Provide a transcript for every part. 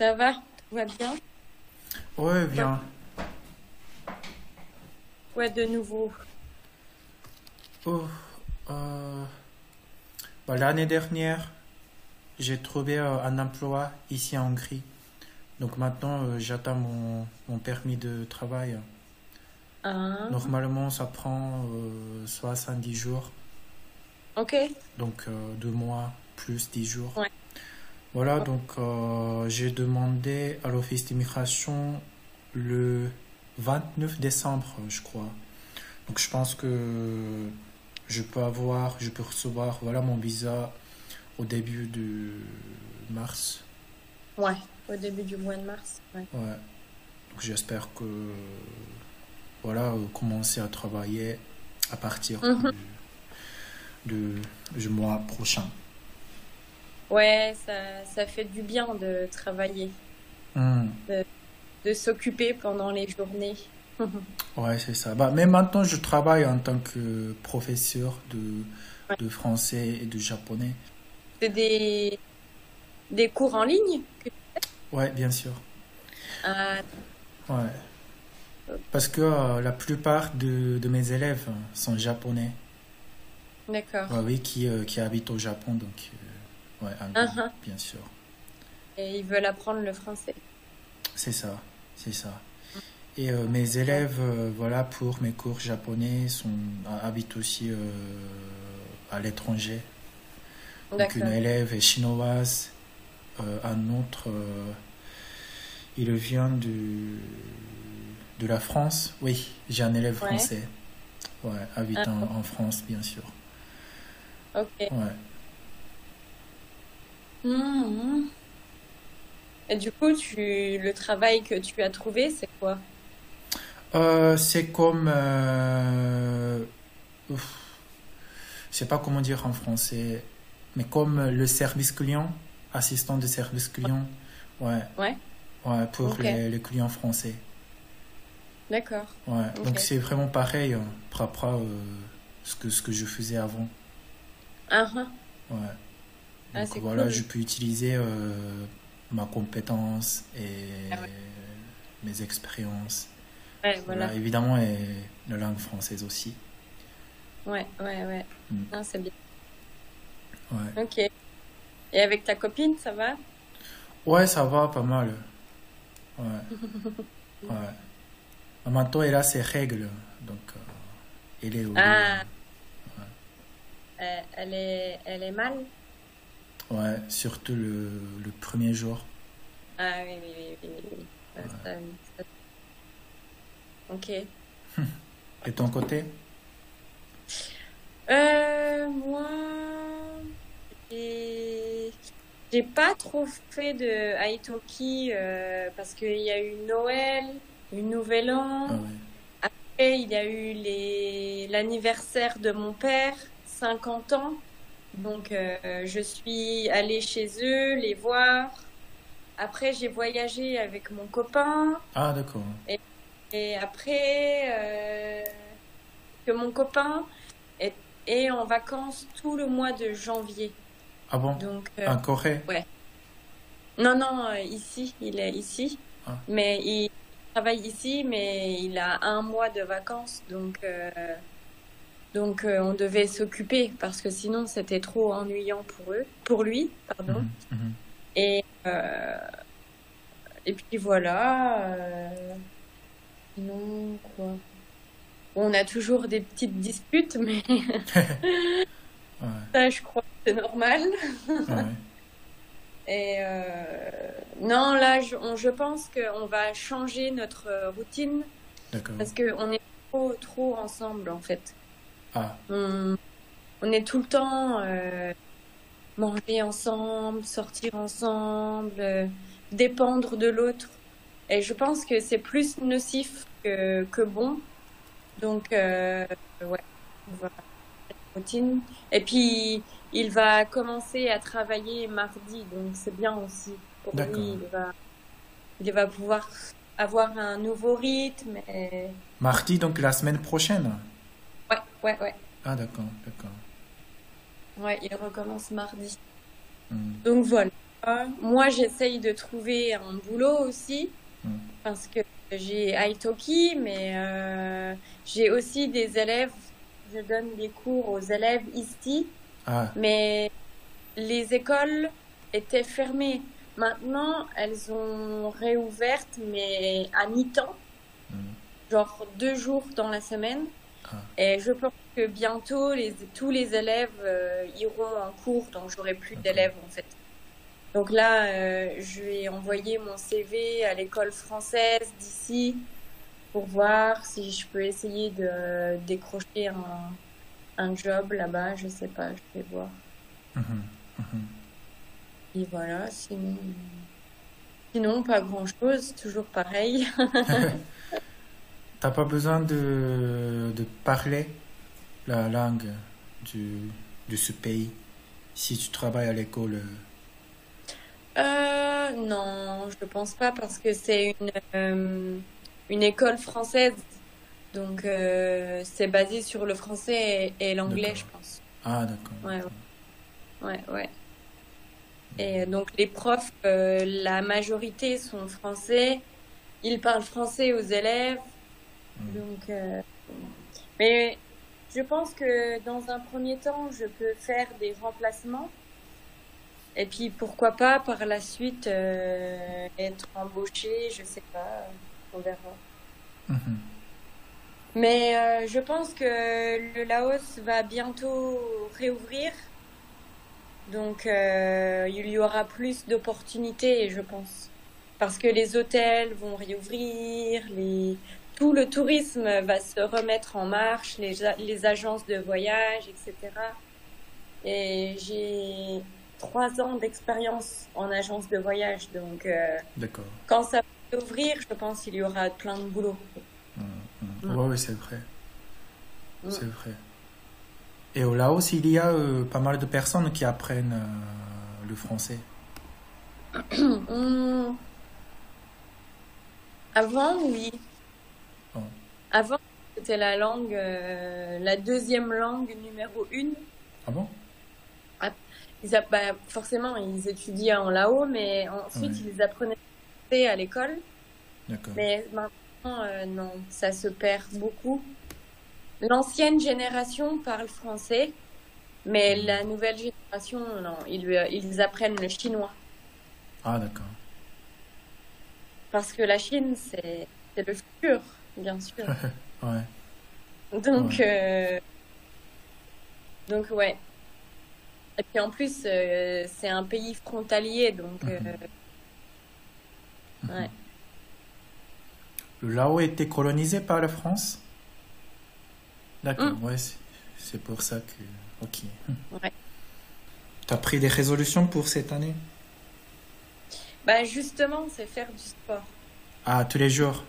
Ça va Tout va bien Ouais, bien. Quoi de nouveau Oh, euh, bah, l'année dernière, j'ai trouvé euh, un emploi ici en Hongrie. Donc maintenant, euh, j'attends mon, mon permis de travail. Ah, Normalement, ça prend euh, 70 jours, ok. donc euh, deux mois plus 10 jours. Ouais. Voilà, donc euh, j'ai demandé à l'office d'immigration le 29 décembre, je crois. Donc je pense que je peux avoir, je peux recevoir, voilà mon visa au début de mars. Ouais, au début du mois de mars. Ouais. Ouais. Donc j'espère que voilà, euh, commencer à travailler à partir Mhm. du, du- du mois prochain. Ouais, ça, ça fait du bien de travailler, Hmm. de s'occuper pendant les journées. Ouais, c'est ça. Bah, mais maintenant, je travaille en tant que professeur de, Ouais. de français et de japonais. C'est des, des cours en ligne? que- Ouais, bien sûr. Ah, Ouais. Parce que euh, la plupart de, de mes élèves sont japonais. d'accord. Ouais, oui, qui, euh, qui habitent au Japon, donc euh, ouais, en Ah, gros, ah. bien sûr. Et ils veulent apprendre le français. C'est ça, c'est ça. Et euh, mes élèves, euh, voilà, pour mes cours japonais, sont, habitent aussi euh, à l'étranger. Donc une D'accord. élève est chinoise, euh, un autre, euh, il vient du, de la France. Oui, j'ai un élève Ouais, français, ouais, habitant en France, bien sûr. ah, ok. Ouais. Mhm. Et du coup, tu, le travail que tu as trouvé, c'est quoi? Euh, c'est comme, euh, ouf, je sais pas comment dire en français, mais comme le service client, assistant de service client, ouais, Ouais, ouais, pour ok. les, les clients français. D'accord. Ouais, donc Ok. c'est vraiment pareil hein, par rapport à euh, ce que, ce que je faisais avant. Ah, ah. Ouais. Ah, Donc c'est voilà, je cool. peux utiliser euh, ma compétence Ah ouais. et mes expériences. Ouais, Voilà, voilà. évidemment, et la langue française aussi. Ouais, ouais, ouais. Mm. Ah, c'est bien. Ouais. Ok. Et avec ta copine, ça va? Ouais, ça va pas mal. Ouais, ouais. Mais Maintenant, elle a ses règles. Donc, euh, elle est au lit. Ah, euh, elle est, elle est mal? euh, ouais, surtout le, le premier jour. Ah oui, oui, oui, oui, oui, oui. Ah, ça- ça- Ok. Et ton côté? Euh, moi, j'ai j'ai pas trop fait de Italki euh, parce qu'il y a eu Noël, eu Nouvel An, Ah ouais. après il y a eu les l'anniversaire de mon père, 50 ans. Donc euh, je suis allée chez eux, les voir. Après j'ai voyagé avec mon copain Ah, d'accord. et, et après euh, que mon copain est, est en vacances tout le mois de janvier. Ah bon? Donc euh, En Corée? ouais. Non, non, euh, ici, il est ici, Ah, mais il travaille ici, mais il a un mois de vacances, donc euh, donc euh, on devait s'occuper parce que sinon c'était trop ennuyant pour eux, pour lui, pardon. mhm, mhm. Et euh, et puis voilà. euh, non quoi. On a toujours des petites disputes, mais Ouais, ça, je crois, que c'est normal. ouais. Et euh, non, là, je, on- je pense qu'on va changer notre euh, routine D'accord. parce qu'on est trop, trop ensemble, en fait. Ah, On, on est tout le temps euh, manger ensemble, sortir ensemble, euh, dépendre de l'autre. Et je pense que c'est plus nocif que, que bon. Donc, euh, ouais, on va routine. Et puis, il va commencer à travailler mardi, donc c'est bien aussi. Pour lui, d'accord. il va, il va pouvoir avoir un nouveau rythme. et- Mardi, donc la semaine prochaine? Ouais, ouais, ouais. Ah, d'accord, d'accord. Ouais, il recommence mardi. Hmm. Donc voilà. vois. Moi, j'essaye de trouver un boulot aussi, Mm. parce que j'ai Italki, mais euh, j'ai aussi des élèves, je donne des cours aux élèves ici, Ah, mais les écoles étaient fermées. Maintenant, elles ont réouvertes, mais à mi-temps, Mm. genre deux jours dans la semaine. Ah. Et je pense que bientôt, les, tous les élèves euh, iront en cours, donc j'aurai plus D'accord. d'élèves en fait. Donc là, euh, je vais envoyer mon CV à l'école française d'ici pour voir si je peux essayer de décrocher un, un job là-bas. Je sais pas, je vais voir. mhm, mhm. Et voilà, sinon, sinon pas grand-chose, toujours pareil. T'as pas besoin de, de parler la langue du, de ce pays si tu travailles à l'école. euh, Euh, non, je pense pas parce que c'est une, euh, une école française. Donc euh, c'est basé sur le français et, et l'anglais, je D'accord. pense. Ah, d'accord. Ouais, d'accord. ouais, ouais. Et euh, donc les profs, euh, la majorité sont français. Ils parlent français aux élèves. Mm. Donc, euh, mais je pense que dans un premier temps, je peux faire des remplacements. Et puis pourquoi pas par la suite euh, être embauché, je sais pas, on verra. Mhm. Mais euh, je pense que le Laos va bientôt réouvrir. Donc euh, il y aura plus d'opportunités, je pense. Parce que les hôtels vont réouvrir, les... tout le tourisme va se remettre en marche, les, a- les agences de voyage, etc. Et j'ai trois ans d'expérience en agence de voyage, donc euh, D'accord. quand ça va ouvrir, je pense qu'il y aura plein de boulot. Mm. Mm. Ouais, ouais, c'est vrai. Mm. C'est vrai. Et au Laos, il y a euh, pas mal de personnes qui apprennent euh, le français. Hmm. Avant, oui. Oh. Avant, c'était la langue, euh, la deuxième langue numéro une. Ah bon? Ils a- bah, forcément, ils étudiaient en Lao, mais ensuite, Ouais. ils apprenaient le français à l'école. D'accord. Mais maintenant, euh, non, ça se perd beaucoup. L'ancienne génération parle français, mais la nouvelle génération, non, ils, euh, ils apprennent le chinois. Ah, d'accord. Parce que la Chine, c'est c'est le futur, bien sûr. Ouais. Donc, euh, donc ouais. Et puis en plus, euh, c'est un pays frontalier, donc euh, Mhm. ouais. Le Laos était colonisé par la France? D'accord, ouais, c'est c'est pour ça que. Ok. Mm. Ouais. T'as pris des résolutions pour cette année? Bah justement, c'est faire du sport. Ah, tous les jours.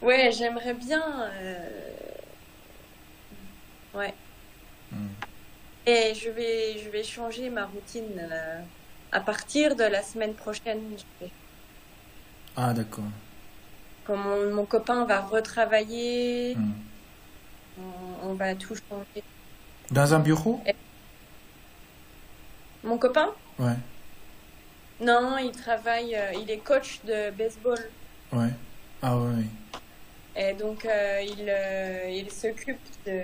Ouais, j'aimerais bien. euh, Ouais. Mm. Et je vais, je vais changer ma routine euh, à partir de la semaine prochaine. je vais- Ah, d'accord. Comme mon, mon copain va retravailler, Mm. on, on va tout changer. Dans un bureau? Mon copain? Ouais, Non, il travaille, euh, il est coach de baseball. ouais. Ah, ouais, ouais. Et donc, euh, il, euh, il s'occupe de,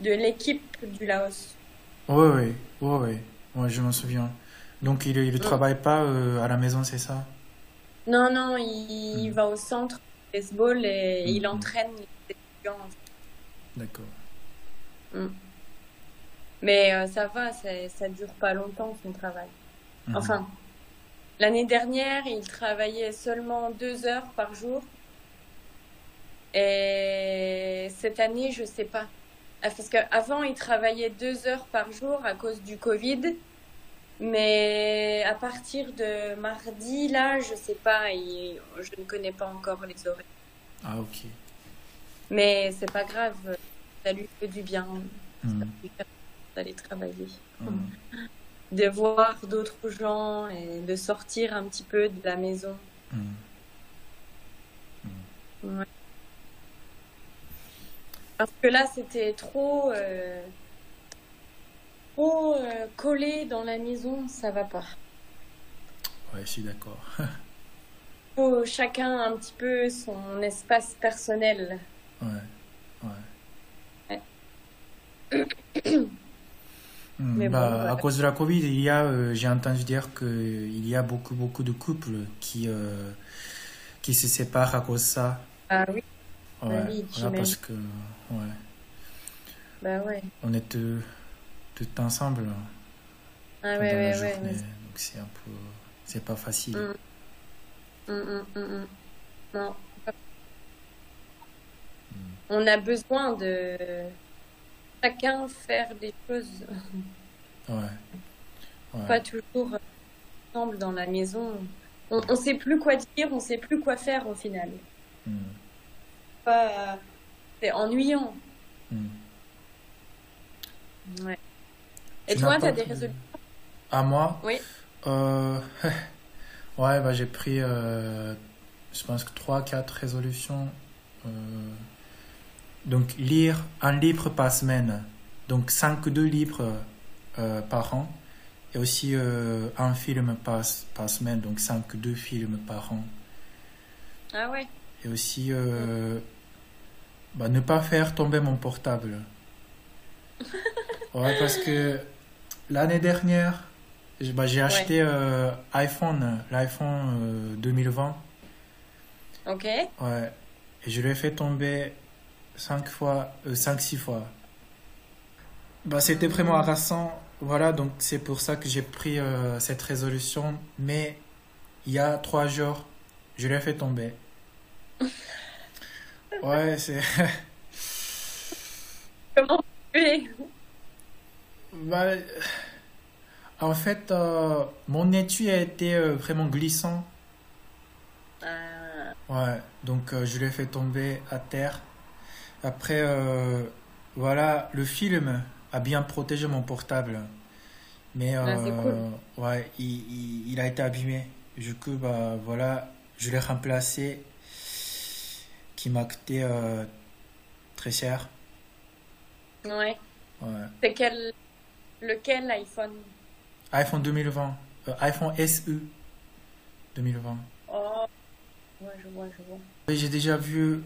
de l'équipe du Laos. Ouais, ouais, ouais, ouais. Ouais, je m'en souviens. Donc, il ne Mm. travaille pas euh, à la maison, c'est ça? Non, non, il, il Mm. va au centre de baseball et il Mm. entraîne les étudiants. en fait. D'accord. Mais euh, ça va, ça, ça dure pas longtemps son travail. Mhm. Enfin, l'année dernière, il travaillait seulement deux heures par jour. Et cette année, je sais pas. Ah, Parce qu'avant, il travaillait deux heures par jour à cause du Covid. Mais à partir de mardi, là, je sais pas. il- Je ne connais pas encore les horaires. Ah, ok. Mais c'est pas grave. Ça lui fait du bien. Ça Mm. lui fait d'aller travailler. Mm. De voir d'autres gens et de sortir un petit peu de la maison. Mm. Ouais. Parce que là, c'était trop. euh, trop euh, collé dans la maison, ça va pas. Ouais, je suis d'accord. Faut chacun un petit peu son espace personnel. Ouais, ouais. Hmm, Mais bon, bah, voilà. à cause de la Covid, il y a, euh, j'ai entendu dire que il y a beaucoup, beaucoup de couples qui, euh, qui se séparent à cause de ça. Ah oui, Ouais, Ah oui, voilà, parce j'imagine. que ouais, bah ouais. on est euh, tout ensemble Ah pendant la ouais, ouais, ouais. journée, donc c'est un peu, c'est pas facile. Mm. Mm, mm, mm, mm. Non. Mm. On a besoin de chacun faire des choses, Ouais, ouais, Hmm. pas toujours ensemble dans la maison. On, on sait plus quoi dire, on sait plus quoi faire au final. Mm. Pas- C'est ennuyant. Mm. Ouais. Et Tu toi, n'as t'as pas des pris- résolutions? À moi? Oui. Euh, ouais, bah j'ai pris, euh, je pense que 3-4 résolutions. euh, donc lire un livre par semaine, donc 5-2 livres euh, par an, et aussi euh, un film par, par semaine, donc 5-2 films par an. Ah ouais. Et aussi euh, bah, ne pas faire tomber mon portable. Ouais, parce que l'année dernière, j- bah, j'ai acheté euh, iPhone, l'iPhone euh, 2020. Ok. Ouais. Et je l'ai fait tomber 5 fois, 5-6 fois. Bah, c'était vraiment Mm. harassant. Voilà, donc c'est pour ça que j'ai pris euh, cette résolution. Mais il y a 3 jours, je l'ai fait tomber. Ouais, c'est. Comment tu fais? Bah, en fait, euh, mon étui a été euh, vraiment glissant. Ah, Ouais, donc euh, je l'ai fait tomber à terre. Après, euh, voilà, le film a bien protégé mon portable, mais ah, c'est cool. euh, ouais, il, il- il a été abîmé. Du coup, bah voilà, je l'ai remplacé, qui m'a coûté euh, très cher. Ouais. Ouais. C'est quel, lequel iPhone? iPhone 2020, euh, iPhone SE 2020. Oh, je vois, je vois, je vois. Et J'ai déjà vu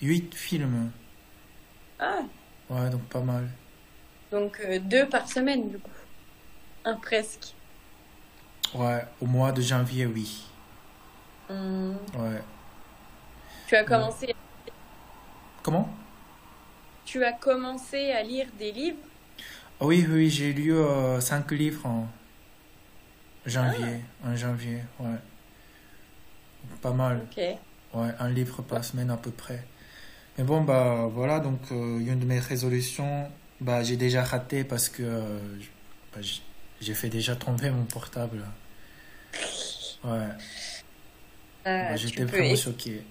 8 films, Ah, ouais, donc pas mal. donc euh, deux par semaine, du coup. Un presque. Ouais, au mois de janvier, oui. Hum, Ouais. Tu as Ouais. commencé, Comment? tu as commencé à lire des livres? Ah Oui, oui, j'ai lu 5 livres en Ah, janvier, en janvier, ouais, pas mal, ok. ouais, un livre par semaine à peu près. Mais bon, bah voilà, donc euh, une de mes résolutions, bah j'ai déjà raté parce que euh, j- bah, j- j'ai fait déjà tomber mon portable. Ouais, bah, Euh, tu j'étais peux Euh, vraiment essayer choqué.